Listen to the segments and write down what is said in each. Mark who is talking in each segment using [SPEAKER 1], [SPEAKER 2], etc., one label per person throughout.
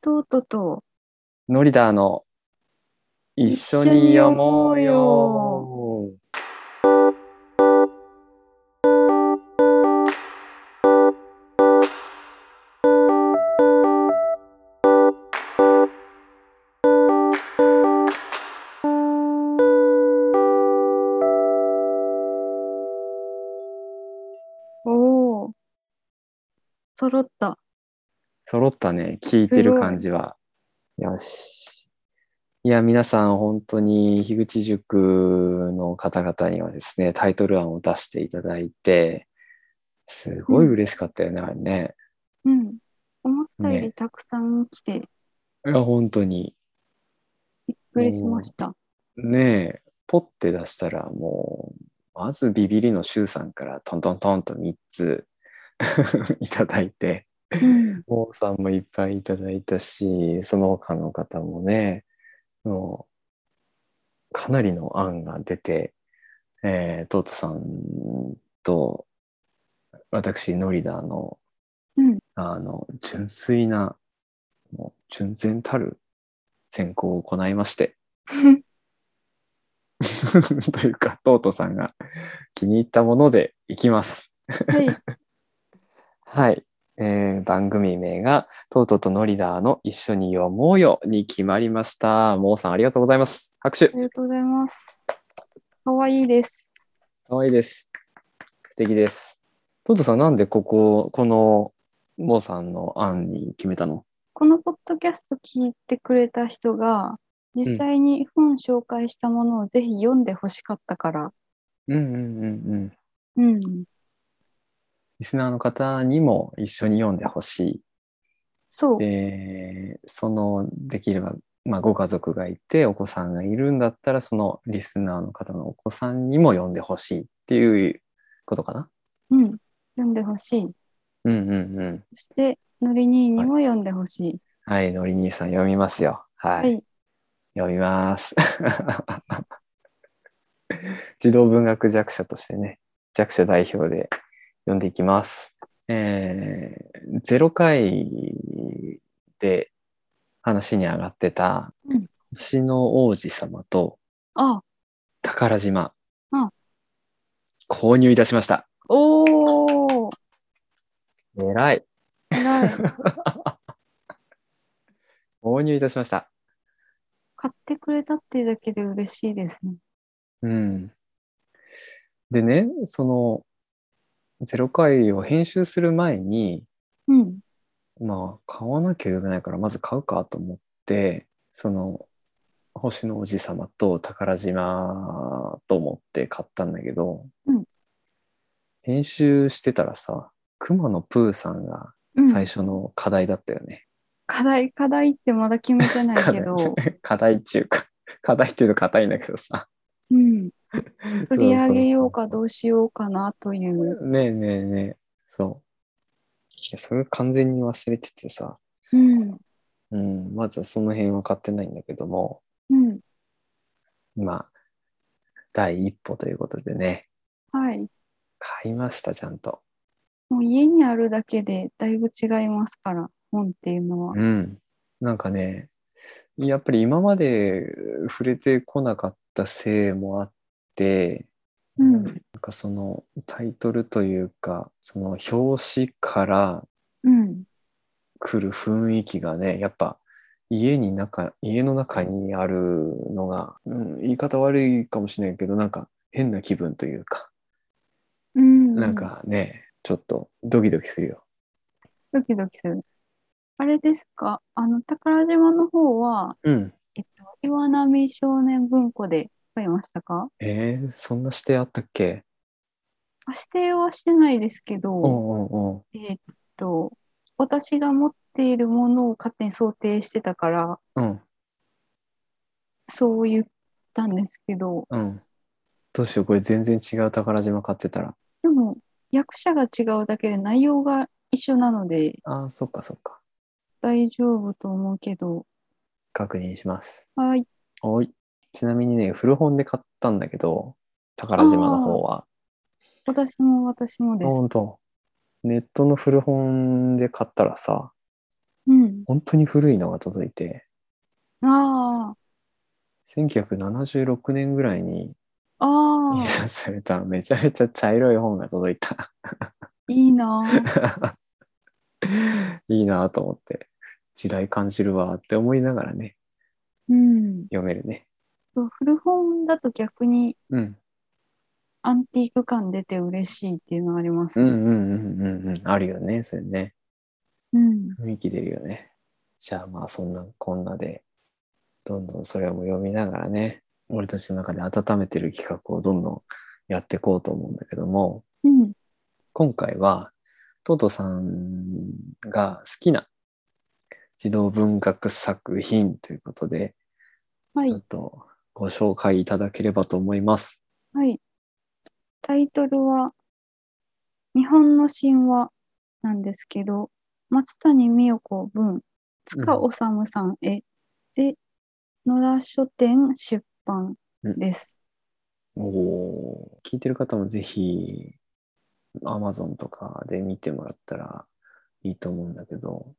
[SPEAKER 1] とうとうと
[SPEAKER 2] ノリダーの一緒に読もうよ。
[SPEAKER 1] う。おお。揃った。
[SPEAKER 2] 揃ったね、聞いてる感じは。よし。いや、皆さん、本当に、樋口塾の方々にはですね、タイトル案を出していただいて、すごい嬉しかったよね、あれね。
[SPEAKER 1] うん。思ったよ
[SPEAKER 2] ね
[SPEAKER 1] りたくさん来て、
[SPEAKER 2] いや、本当に。
[SPEAKER 1] びっくりしました。
[SPEAKER 2] ねえ、ポッて出したらもう、まずビビりのシュウさんからトントントンと3つ いただいて、
[SPEAKER 1] うん。
[SPEAKER 2] モーさんもいっぱいいただいたし、その他の方もね、もうかなりの案が出て、えー、トートさんと私、ノリダーの、
[SPEAKER 1] うん
[SPEAKER 2] あの、純粋な、もう純然たる選考を行いまして、 というか、トートさんが気に入ったものでいきます。
[SPEAKER 1] はい。
[SPEAKER 2] はい。えー番組名が、トートとノリダーの一緒に読もうよに決まりました。モーさん、ありがとうございます。拍手
[SPEAKER 1] あ。りがとうございます。かわいいです。
[SPEAKER 2] かわいいです。素敵です。トートさん、なんでここ、この、モーさんの案に決めたの
[SPEAKER 1] このポッドキャスト聞いてくれた人が、実際に本紹介したものをぜひ読んでほしかったから。
[SPEAKER 2] うんうんうんうん。
[SPEAKER 1] うん。
[SPEAKER 2] リスナーの方にも一緒に読んでほしい。
[SPEAKER 1] そう。
[SPEAKER 2] でそのできれば、まあ、ご家族がいてお子さんがいるんだったらそのリスナーの方のお子さんにも読んでほしいっていうことかな。
[SPEAKER 1] うん。読んでほしい。
[SPEAKER 2] うんうんうん。
[SPEAKER 1] そして、のりにーにも読んでほしい。
[SPEAKER 2] はい、のり兄さん読みますよ。は
[SPEAKER 1] は
[SPEAKER 2] い。
[SPEAKER 1] い
[SPEAKER 2] 読みます。 児童文学弱者としてね、弱者代表で読んでいきます。えー、0回で話に上がってた
[SPEAKER 1] うん、
[SPEAKER 2] 星の王子様と
[SPEAKER 1] あ、
[SPEAKER 2] 宝島、
[SPEAKER 1] うん
[SPEAKER 2] 購入いたしました。
[SPEAKER 1] おー、
[SPEAKER 2] 偉い。
[SPEAKER 1] 偉い。
[SPEAKER 2] 購入いたしました。
[SPEAKER 1] 買ってくれたっていうだけで嬉しいですね。
[SPEAKER 2] うん。でね、その、0回を編集する前に、
[SPEAKER 1] うん。
[SPEAKER 2] まあ、買わなきゃ読めないから、まず買うかと思って、その、星の王子様と宝島と思って買ったんだけど、
[SPEAKER 1] うん
[SPEAKER 2] 編集してたらさ、熊野プーさんが
[SPEAKER 1] うん、
[SPEAKER 2] 最初の課題だったよね。
[SPEAKER 1] 課題、課題ってまだ決めてない
[SPEAKER 2] 課
[SPEAKER 1] け
[SPEAKER 2] 題
[SPEAKER 1] ど、
[SPEAKER 2] 課題っていうか、 課題っていうと硬いんだけどさ。
[SPEAKER 1] うん。取り上げよう
[SPEAKER 2] そ
[SPEAKER 1] か
[SPEAKER 2] そそ
[SPEAKER 1] どうしようかなという。
[SPEAKER 2] ねえねえねえ、そう。それ完全に忘れててさ、
[SPEAKER 1] うん。
[SPEAKER 2] うん、まずその辺は買ってないんだけども、
[SPEAKER 1] うん。
[SPEAKER 2] まあ、第一歩ということでね、
[SPEAKER 1] はい。
[SPEAKER 2] 買いました、ちゃんと。
[SPEAKER 1] もう家にあるだけでだいぶ違いますから、本っていうのは。
[SPEAKER 2] うん。なんかね、やっぱり今まで触れてこなかったせいもあって、
[SPEAKER 1] うん
[SPEAKER 2] なんかそのタイトルというか、その表紙から
[SPEAKER 1] うん。
[SPEAKER 2] 来る雰囲気がねやっぱ家に中家の中にあるのが、うん、言い方悪いかもしれないけどなんか変な気分というか、
[SPEAKER 1] うん。
[SPEAKER 2] なん。かねちょっとドキドキするよ。
[SPEAKER 1] ドキドキする。あれですかあの、宝島の方は、
[SPEAKER 2] うん、
[SPEAKER 1] えっと、岩波少年文庫で買いましたか
[SPEAKER 2] えー、そんな指定あったっけ
[SPEAKER 1] あ指定はしてないですけど、
[SPEAKER 2] うんうんうん
[SPEAKER 1] えーっと、私が持っているものを勝手に想定してたから、
[SPEAKER 2] うん
[SPEAKER 1] そう言ったんですけど、
[SPEAKER 2] うん。どうしようこれ全然違う宝島買ってたら。
[SPEAKER 1] でも、役者が違うだけで内容が一緒なので
[SPEAKER 2] ああそっかそっか
[SPEAKER 1] 大丈夫と思うけど、
[SPEAKER 2] 確認します。
[SPEAKER 1] はい。
[SPEAKER 2] おいちなみにね古本で買ったんだけど宝島の方は。
[SPEAKER 1] 私も私もです。
[SPEAKER 2] 本当。ネットの古本で買ったらさ、
[SPEAKER 1] うん。
[SPEAKER 2] 本当に古いのが届いて、
[SPEAKER 1] あ
[SPEAKER 2] 1976年ぐらいに
[SPEAKER 1] あ、あ
[SPEAKER 2] 印
[SPEAKER 1] あ、
[SPEAKER 2] 刷されためちゃめちゃ茶色い本が届いた。
[SPEAKER 1] いいなあ。
[SPEAKER 2] いいなと思って、時代感じるわって思いながらね、
[SPEAKER 1] うん。
[SPEAKER 2] 読めるね。
[SPEAKER 1] そう古本だと逆に
[SPEAKER 2] うん。
[SPEAKER 1] アンティーク感出て嬉しいっていうのあります
[SPEAKER 2] うんう
[SPEAKER 1] ね。
[SPEAKER 2] んうんうんうん。あるよね、それね。
[SPEAKER 1] うん。
[SPEAKER 2] 雰囲気出るよね。じゃあまあそんなこんなで、どんどんそれも読みながらね、俺たちの中で温めてる企画をどんどんやっていこうと思うんだけども、
[SPEAKER 1] うん。
[SPEAKER 2] 今回は、トトさんが好きな児童文学作品ということで、
[SPEAKER 1] は
[SPEAKER 2] ちょっ
[SPEAKER 1] い。
[SPEAKER 2] とご紹介いただければと思います。
[SPEAKER 1] はい。タイトルは、日本の神話なんですけど、松谷美代子文、塚治虫さん絵で、野良書店出版です。
[SPEAKER 2] おー聞いてる方もぜひ、Amazon とかで見てもらったらいいと思うんだけど、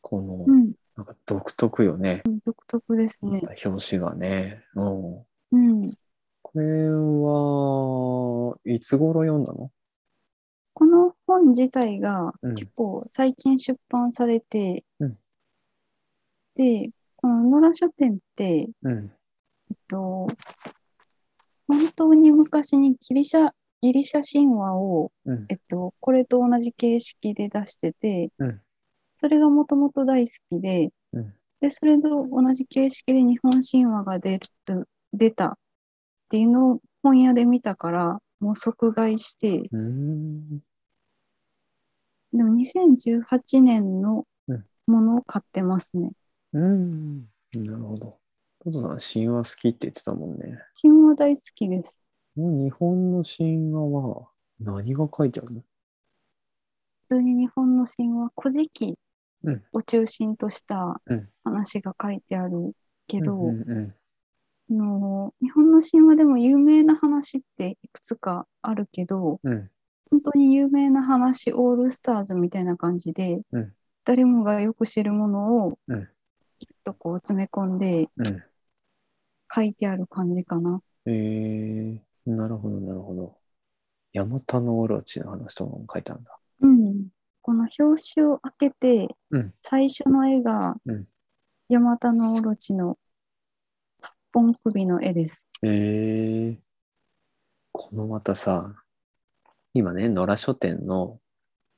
[SPEAKER 2] この、
[SPEAKER 1] うん。
[SPEAKER 2] なんか独特よね。
[SPEAKER 1] 独特ですね。
[SPEAKER 2] 表紙がね。うん。
[SPEAKER 1] うん。
[SPEAKER 2] これは、いつ頃読んだの
[SPEAKER 1] この本自体が
[SPEAKER 2] うん
[SPEAKER 1] 結構最近出版されて、
[SPEAKER 2] うん
[SPEAKER 1] で、この野良書店って、えっ
[SPEAKER 2] うん。
[SPEAKER 1] と、本当に昔にギリシャ、ギリシャ神話を、
[SPEAKER 2] うん
[SPEAKER 1] え。っと、これと同じ形式で出してて、
[SPEAKER 2] うん
[SPEAKER 1] それがもともと大好きで、
[SPEAKER 2] うん
[SPEAKER 1] で、それと同じ形式で日本神話が出る、出たっていうのを本屋で見たから、もう即買いして、
[SPEAKER 2] うーん。
[SPEAKER 1] でも2018年の
[SPEAKER 2] うん
[SPEAKER 1] ものを買ってますね。
[SPEAKER 2] うん。なるほど。トトさん、神話好きって言ってたもんね。
[SPEAKER 1] 神話大好きです。
[SPEAKER 2] この日本の神話は何が書いてあるの
[SPEAKER 1] 普通に日本の神話、古事記
[SPEAKER 2] うん
[SPEAKER 1] を中心とした
[SPEAKER 2] うん
[SPEAKER 1] 話が書いてあるけど、
[SPEAKER 2] うんうん
[SPEAKER 1] あの日本の神話でも有名な話っていくつかあるけど、
[SPEAKER 2] うん。うん
[SPEAKER 1] 本当に有名な話、オールスターズみたいな感じで、
[SPEAKER 2] うん
[SPEAKER 1] 誰もがよく知るものを
[SPEAKER 2] うん
[SPEAKER 1] きっとこう詰め込んで
[SPEAKER 2] うん。
[SPEAKER 1] 書いてある感じかな。
[SPEAKER 2] えー、なるほど、なるほど。ヤマタノオロチの話とかも書いてあるんだ。
[SPEAKER 1] うん、この表紙を開けて、
[SPEAKER 2] うん
[SPEAKER 1] 最初の絵が、
[SPEAKER 2] うん
[SPEAKER 1] ヤマタノオロチの八本首の絵です。
[SPEAKER 2] えー、このまたさ、今ね、野良書店の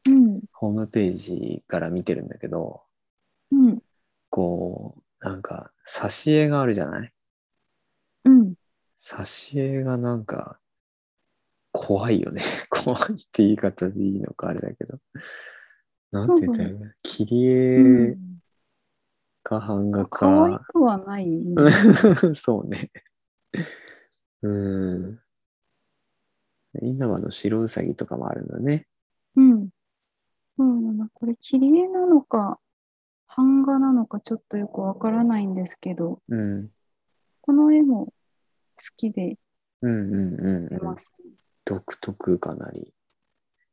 [SPEAKER 1] うん、
[SPEAKER 2] ホームページから見てるんだけど、
[SPEAKER 1] うん、
[SPEAKER 2] こう、なんか、挿絵があるじゃない
[SPEAKER 1] うん。
[SPEAKER 2] 挿絵がなんか、怖いよね。 怖いって言い方でいいのか、あれだけど。なんて言ったらいいの切り
[SPEAKER 1] う
[SPEAKER 2] 絵
[SPEAKER 1] ん
[SPEAKER 2] か版画か。
[SPEAKER 1] 可愛くはない。
[SPEAKER 2] そうね。うん。今はの白うさぎとかもあるんだね。
[SPEAKER 1] うん。そうだな。これ、切り絵なのか、版画なのか、ちょっとよくわからないんですけど、
[SPEAKER 2] うん。
[SPEAKER 1] この絵も好きで
[SPEAKER 2] うんうんうん
[SPEAKER 1] 出
[SPEAKER 2] うん。
[SPEAKER 1] ます、ね。
[SPEAKER 2] 独特かなり。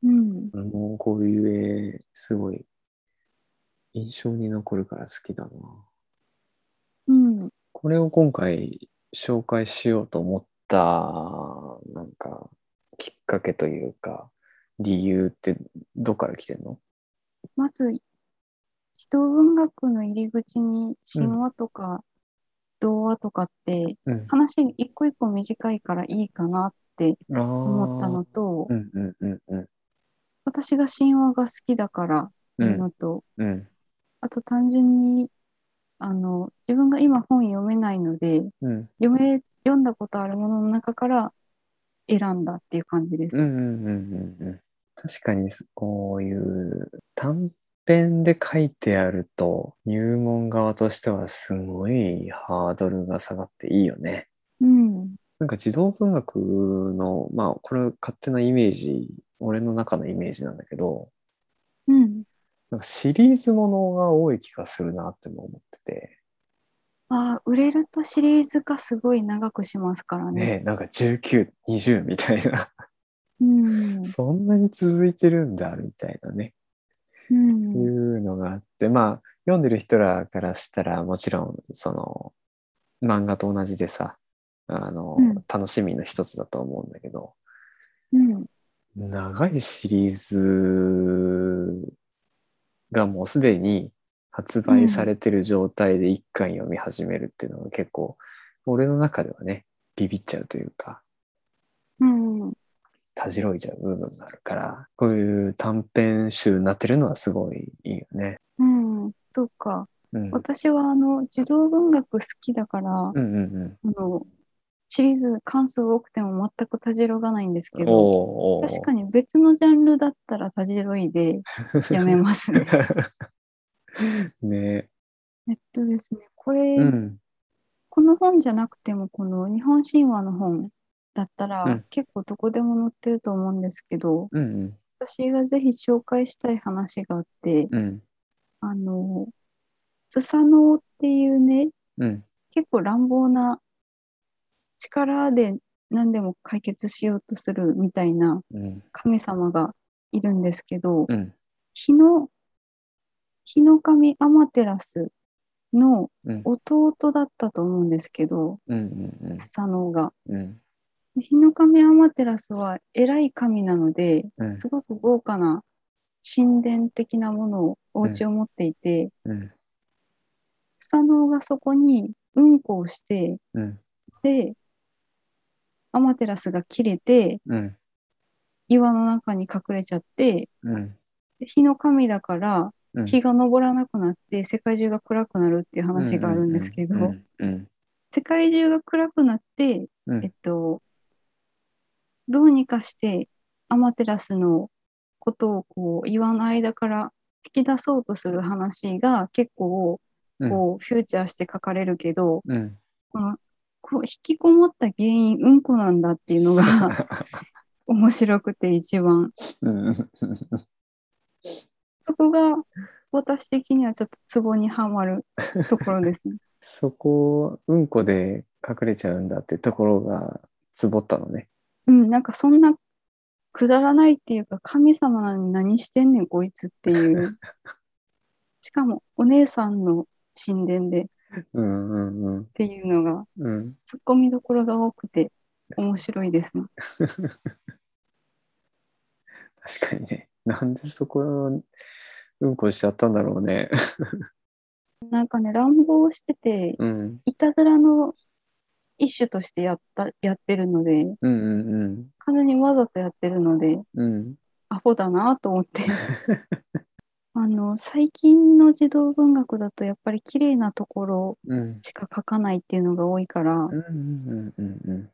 [SPEAKER 1] うん。
[SPEAKER 2] 俺もこういう絵、すごい印象に残るから好きだな。
[SPEAKER 1] うん。
[SPEAKER 2] これを今回紹介しようと思った、なんか、きっかけというか、理由ってどっから来てんの
[SPEAKER 1] まず、児童文学の入り口に神話とか童話とかって
[SPEAKER 2] うん。
[SPEAKER 1] 話一個一個短いからいいかなって
[SPEAKER 2] ああ。
[SPEAKER 1] 思ったのと
[SPEAKER 2] う、んうんうんうん。
[SPEAKER 1] 私が神話が好きだからっていうのと、
[SPEAKER 2] うん。
[SPEAKER 1] あと単純にあの自分が今本読めないので
[SPEAKER 2] うん。
[SPEAKER 1] 読め読んだことあるものの中から選んだっていう感じです。
[SPEAKER 2] うんうんうんうんうん。確かにすこういう短編で書いてあると入門側としてはすごいハードルが下がっていいよね。
[SPEAKER 1] うん、
[SPEAKER 2] なんか児童文学のまあこれ勝手なイメージ俺の中のイメージなんだけど
[SPEAKER 1] うん、
[SPEAKER 2] なんかシリーズものが多い気がするなっても思ってて
[SPEAKER 1] ああ売れるとシリーズ化すごい長くしますからね。
[SPEAKER 2] ねなんか1920みたいな
[SPEAKER 1] うん、
[SPEAKER 2] そんなに続いてるんだみたいなね
[SPEAKER 1] う
[SPEAKER 2] い
[SPEAKER 1] ん、
[SPEAKER 2] うのがあって、まあ、読んでる人らからしたら、もちろん、その、漫画と同じでさ、あの、
[SPEAKER 1] うん
[SPEAKER 2] 楽しみの一つだと思うんだけど、
[SPEAKER 1] うん。
[SPEAKER 2] 長いシリーズがもうすでに発売されてる状態で一巻読み始めるっていうのが結構、俺の中ではね、ビビっちゃうというか、
[SPEAKER 1] うん。
[SPEAKER 2] たじろいじゃう部分があるから、こういう短編集になってるのはすごいいいよね。
[SPEAKER 1] うん。そうか。
[SPEAKER 2] うん。うん
[SPEAKER 1] 私は、あの、児童文学好きだから、あ
[SPEAKER 2] うんうん。
[SPEAKER 1] の、シリーズ、関数多くても全くたじろがないんですけど、
[SPEAKER 2] おーおー
[SPEAKER 1] 確かに別のジャンルだったらたじろいでやめます ね。
[SPEAKER 2] ね。
[SPEAKER 1] えっとですね、これ、
[SPEAKER 2] うん。
[SPEAKER 1] この本じゃなくても、この日本神話の本だったら、
[SPEAKER 2] うん
[SPEAKER 1] 結構どこでも載ってると思うんですけど、
[SPEAKER 2] うんうん。
[SPEAKER 1] 私がぜひ紹介したい話があって、
[SPEAKER 2] うん。
[SPEAKER 1] あの、スサノオっていうね、
[SPEAKER 2] うん。
[SPEAKER 1] 結構乱暴な力で何でも解決しようとするみたいな
[SPEAKER 2] うん。
[SPEAKER 1] 神様がいるんですけど、
[SPEAKER 2] うん。
[SPEAKER 1] 日の、日の神アマテラスの
[SPEAKER 2] うん。
[SPEAKER 1] 弟だったと思うんですけど、
[SPEAKER 2] うん。うん
[SPEAKER 1] スサノオが。
[SPEAKER 2] うん。
[SPEAKER 1] で日の神アマテラスは偉い神なので、
[SPEAKER 2] うん。
[SPEAKER 1] すごく豪華な神殿的なものを、お家を持っていて、
[SPEAKER 2] うん。
[SPEAKER 1] スサノオがそこにうんこをして、
[SPEAKER 2] うん。
[SPEAKER 1] で、アマテラスが切れて、
[SPEAKER 2] うん。
[SPEAKER 1] 岩の中に隠れちゃって、
[SPEAKER 2] うん。
[SPEAKER 1] で火の神だから
[SPEAKER 2] うん
[SPEAKER 1] 日が昇らなくなって世界中が暗くなるっていう話があるんですけど、
[SPEAKER 2] うん。うん。
[SPEAKER 1] 世界中が暗くなって、
[SPEAKER 2] うん
[SPEAKER 1] えっと、どうにかしてアマテラスのことをこう岩の間から引き出そうとする話が結構
[SPEAKER 2] うん
[SPEAKER 1] こうフューチャーして書かれるけど、
[SPEAKER 2] うん。
[SPEAKER 1] このこう引きこもった原因うんこなんだっていうの が面白くて一番
[SPEAKER 2] うん。うん。
[SPEAKER 1] そこが私的にはちょっとツボにはまるところですね。
[SPEAKER 2] そこ、うんこで隠れちゃうんだってところが、つぼったのね。
[SPEAKER 1] うん、なんかそんなくだらないっていうか神様なのに何してんねんこいつっていうしかもお姉さんの神殿でっ
[SPEAKER 2] うんうんうん。
[SPEAKER 1] ていうのが
[SPEAKER 2] うん。
[SPEAKER 1] ツッコミどころが多くて面白いですね。
[SPEAKER 2] 確かにね。なんでそこ、うんこしちゃったんだろうね。
[SPEAKER 1] なんかね乱暴してて
[SPEAKER 2] うん。
[SPEAKER 1] いたずらの一種としてやったやってるので
[SPEAKER 2] うんうん
[SPEAKER 1] 完全にわざとやってるので
[SPEAKER 2] うん。うん。
[SPEAKER 1] アホだなと思ってあの最近の児童文学だとやっぱり綺麗なところ
[SPEAKER 2] うん。
[SPEAKER 1] しか書かないっていうのが多いから
[SPEAKER 2] うんうんうんうん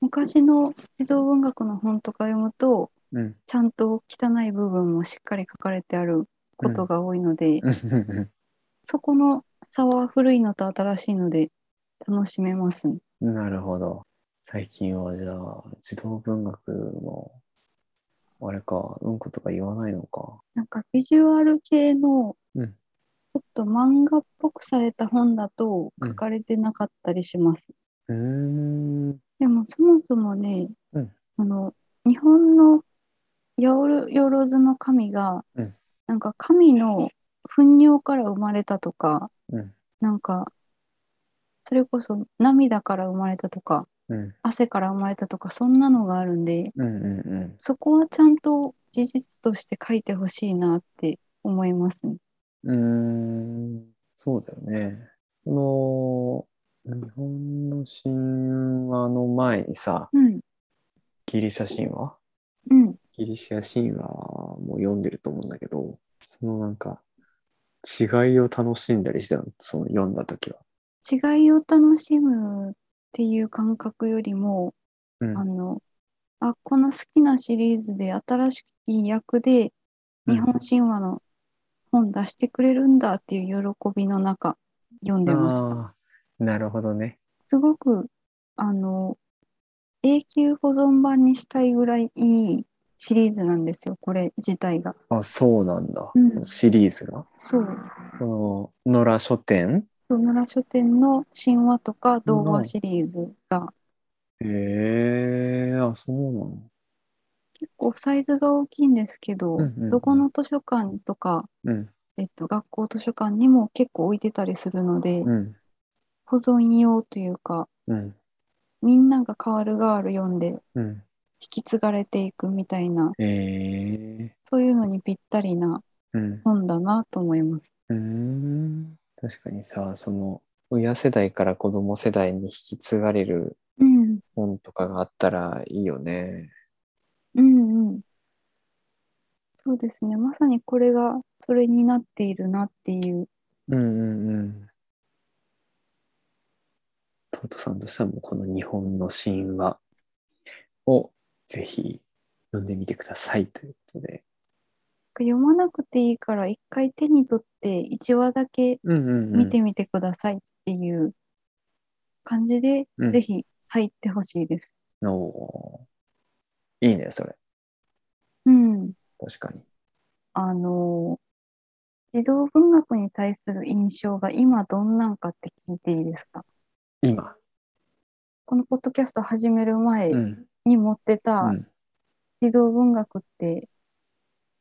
[SPEAKER 1] 昔の児童文学の本とか読むと
[SPEAKER 2] うん。うん
[SPEAKER 1] ちゃんと汚い部分もしっかり書かれてあることが多いので、
[SPEAKER 2] うん
[SPEAKER 1] そこの差は古いのと新しいので楽しめますね。
[SPEAKER 2] うんなるほど。最近はじゃあ、児童文学も、あれか、うんことか言わないのか。
[SPEAKER 1] なんかビジュアル系のち
[SPEAKER 2] うん
[SPEAKER 1] ょっと漫画っぽくされた本だと書かれてなかったりします。
[SPEAKER 2] うーん。
[SPEAKER 1] でもそもそもね、
[SPEAKER 2] うん
[SPEAKER 1] あの日本のやおるよろずの神が、
[SPEAKER 2] うん
[SPEAKER 1] なんか神の糞尿から生まれたとか、
[SPEAKER 2] うん
[SPEAKER 1] なんかそれこそ涙から生まれたとか
[SPEAKER 2] うん
[SPEAKER 1] 汗から生まれたとかそんなのがあるんで
[SPEAKER 2] うんうんうん。
[SPEAKER 1] そこはちゃんと事実として書いてほしいなって思いますね。
[SPEAKER 2] うーん、そうだよね。この、日本の神話の前にさ、
[SPEAKER 1] うん、
[SPEAKER 2] ギリシャ神話
[SPEAKER 1] うん、
[SPEAKER 2] ギリシャ神話も読んでると思うんだけど、そのなんか、違いを楽しんだりしてたの、その読んだ時は。
[SPEAKER 1] 違いを楽しむっていう感覚よりも、
[SPEAKER 2] うん
[SPEAKER 1] あの、あ、この好きなシリーズで新しい役で日本神話の本出してくれるんだっていう喜びの中読んでました。
[SPEAKER 2] あーなるほどね。
[SPEAKER 1] すごく、あの、永久保存版にしたいぐらいいいシリーズなんですよ、これ自体が。
[SPEAKER 2] あ、そうなんだ。
[SPEAKER 1] うん
[SPEAKER 2] シリーズが。
[SPEAKER 1] そう。
[SPEAKER 2] この、野良書店
[SPEAKER 1] 野村書店の神話とか童
[SPEAKER 2] う
[SPEAKER 1] 話
[SPEAKER 2] ん
[SPEAKER 1] シリーズが
[SPEAKER 2] へえー、あ、そうなの。
[SPEAKER 1] 結構サイズが大きいんですけど、
[SPEAKER 2] うんうんうん
[SPEAKER 1] どこの図書館とか
[SPEAKER 2] うん。
[SPEAKER 1] えっと、学校図書館にも結構置いてたりするので、
[SPEAKER 2] うん。
[SPEAKER 1] 保存用というか、
[SPEAKER 2] うん。
[SPEAKER 1] みんなが変わる変わる読んで
[SPEAKER 2] うん。
[SPEAKER 1] 引き継がれていくみたいな、
[SPEAKER 2] ええ
[SPEAKER 1] そういうのにぴったりな
[SPEAKER 2] うん。
[SPEAKER 1] 本だなと思います。
[SPEAKER 2] うーん。確かにさ、その、親世代から子供世代に引き継がれる
[SPEAKER 1] うん、
[SPEAKER 2] 本とかがあったらいいよね。
[SPEAKER 1] うん、うん。そうですね。まさにこれがそれになっているなっていう。
[SPEAKER 2] うんうんうん。トートさんとしてはもうこの日本の神話をぜひ読んでみてくださいということで。
[SPEAKER 1] 読まなくていいから、一回手に取って1話だけ
[SPEAKER 2] うんうん、
[SPEAKER 1] 見てみてくださいっていう感じで、
[SPEAKER 2] うん
[SPEAKER 1] ぜひ入ってほしいです。
[SPEAKER 2] おーいいね、それ。
[SPEAKER 1] うん。
[SPEAKER 2] 確かに。
[SPEAKER 1] あの、児童文学に対する印象が今どんなんかって聞いていいですか
[SPEAKER 2] 今。
[SPEAKER 1] このポッドキャスト始める前
[SPEAKER 2] うん。
[SPEAKER 1] に持って
[SPEAKER 2] う
[SPEAKER 1] た
[SPEAKER 2] ん、
[SPEAKER 1] 児童文学って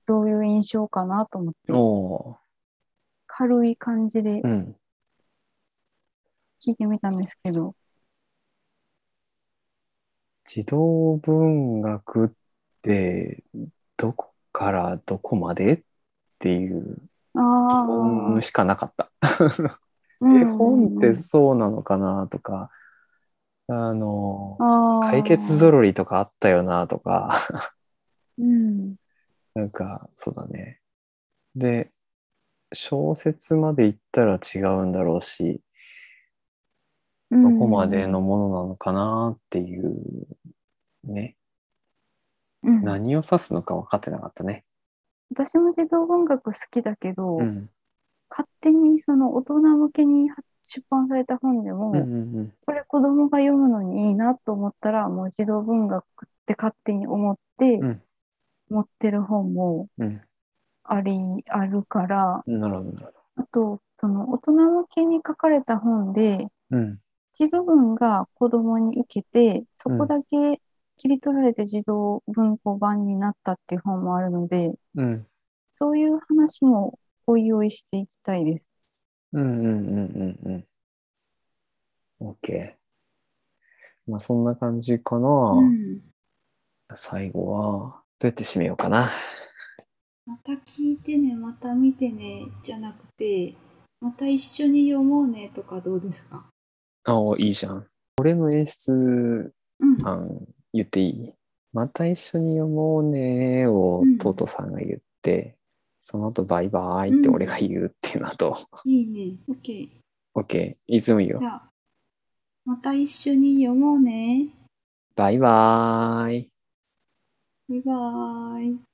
[SPEAKER 1] どういう印象かなと思って、
[SPEAKER 2] お
[SPEAKER 1] 軽い感じで
[SPEAKER 2] ーうん。
[SPEAKER 1] 聞いてみたんですけど、
[SPEAKER 2] 児童文学ってどこからどこまでっていう
[SPEAKER 1] あ
[SPEAKER 2] 本
[SPEAKER 1] あ、
[SPEAKER 2] しかなかった。
[SPEAKER 1] うん
[SPEAKER 2] 絵本っ
[SPEAKER 1] う
[SPEAKER 2] て
[SPEAKER 1] ん
[SPEAKER 2] そうなのかなとか、あの、
[SPEAKER 1] あー
[SPEAKER 2] 解決ぞろりとかあったよなとか、
[SPEAKER 1] うん、
[SPEAKER 2] なんか、そうだね。で、小説まで行ったら違うんだろうし、
[SPEAKER 1] ど
[SPEAKER 2] どこまでのものなのかなっていう、ね、
[SPEAKER 1] うん、
[SPEAKER 2] 何を指すのか分かってなかったね。
[SPEAKER 1] 私も児童文学好きだけど、
[SPEAKER 2] うん。
[SPEAKER 1] 勝手にその大人向けに出版された本でも、
[SPEAKER 2] うんうんうん。
[SPEAKER 1] これ子供が読むのにいいなと思ったら、もう児童文学って勝手に思って
[SPEAKER 2] うん、
[SPEAKER 1] 持ってる本も
[SPEAKER 2] うん。
[SPEAKER 1] あり、あるから、
[SPEAKER 2] なるほどなるほど。
[SPEAKER 1] あと、その大人向けに書かれた本で、
[SPEAKER 2] うん。
[SPEAKER 1] 一部分が子供に受けて、そこだけ切り取られて児童文庫版になったっていう本もあるので、
[SPEAKER 2] うん。
[SPEAKER 1] そういう話もおいおいしていきたいです。
[SPEAKER 2] うんうんうんうんうん。OK。まあそんな感じかな。
[SPEAKER 1] うん
[SPEAKER 2] 最後は、どうやって締めようかな。
[SPEAKER 1] また聞いてね、また見てね、じゃなくて、また一緒に読もうねとかどうですか
[SPEAKER 2] ああ、いいじゃん。俺の演出
[SPEAKER 1] うん。
[SPEAKER 2] 案言っていいまた一緒に読もうねーを
[SPEAKER 1] うん
[SPEAKER 2] トトさんが言って、その後バイバーイって俺が言うっていうのと、
[SPEAKER 1] いいね。オッケー。
[SPEAKER 2] OK、いつもいいよ
[SPEAKER 1] じ。ゃあ、また一緒に読もうね。
[SPEAKER 2] バイバーイ。
[SPEAKER 1] バイバーイ。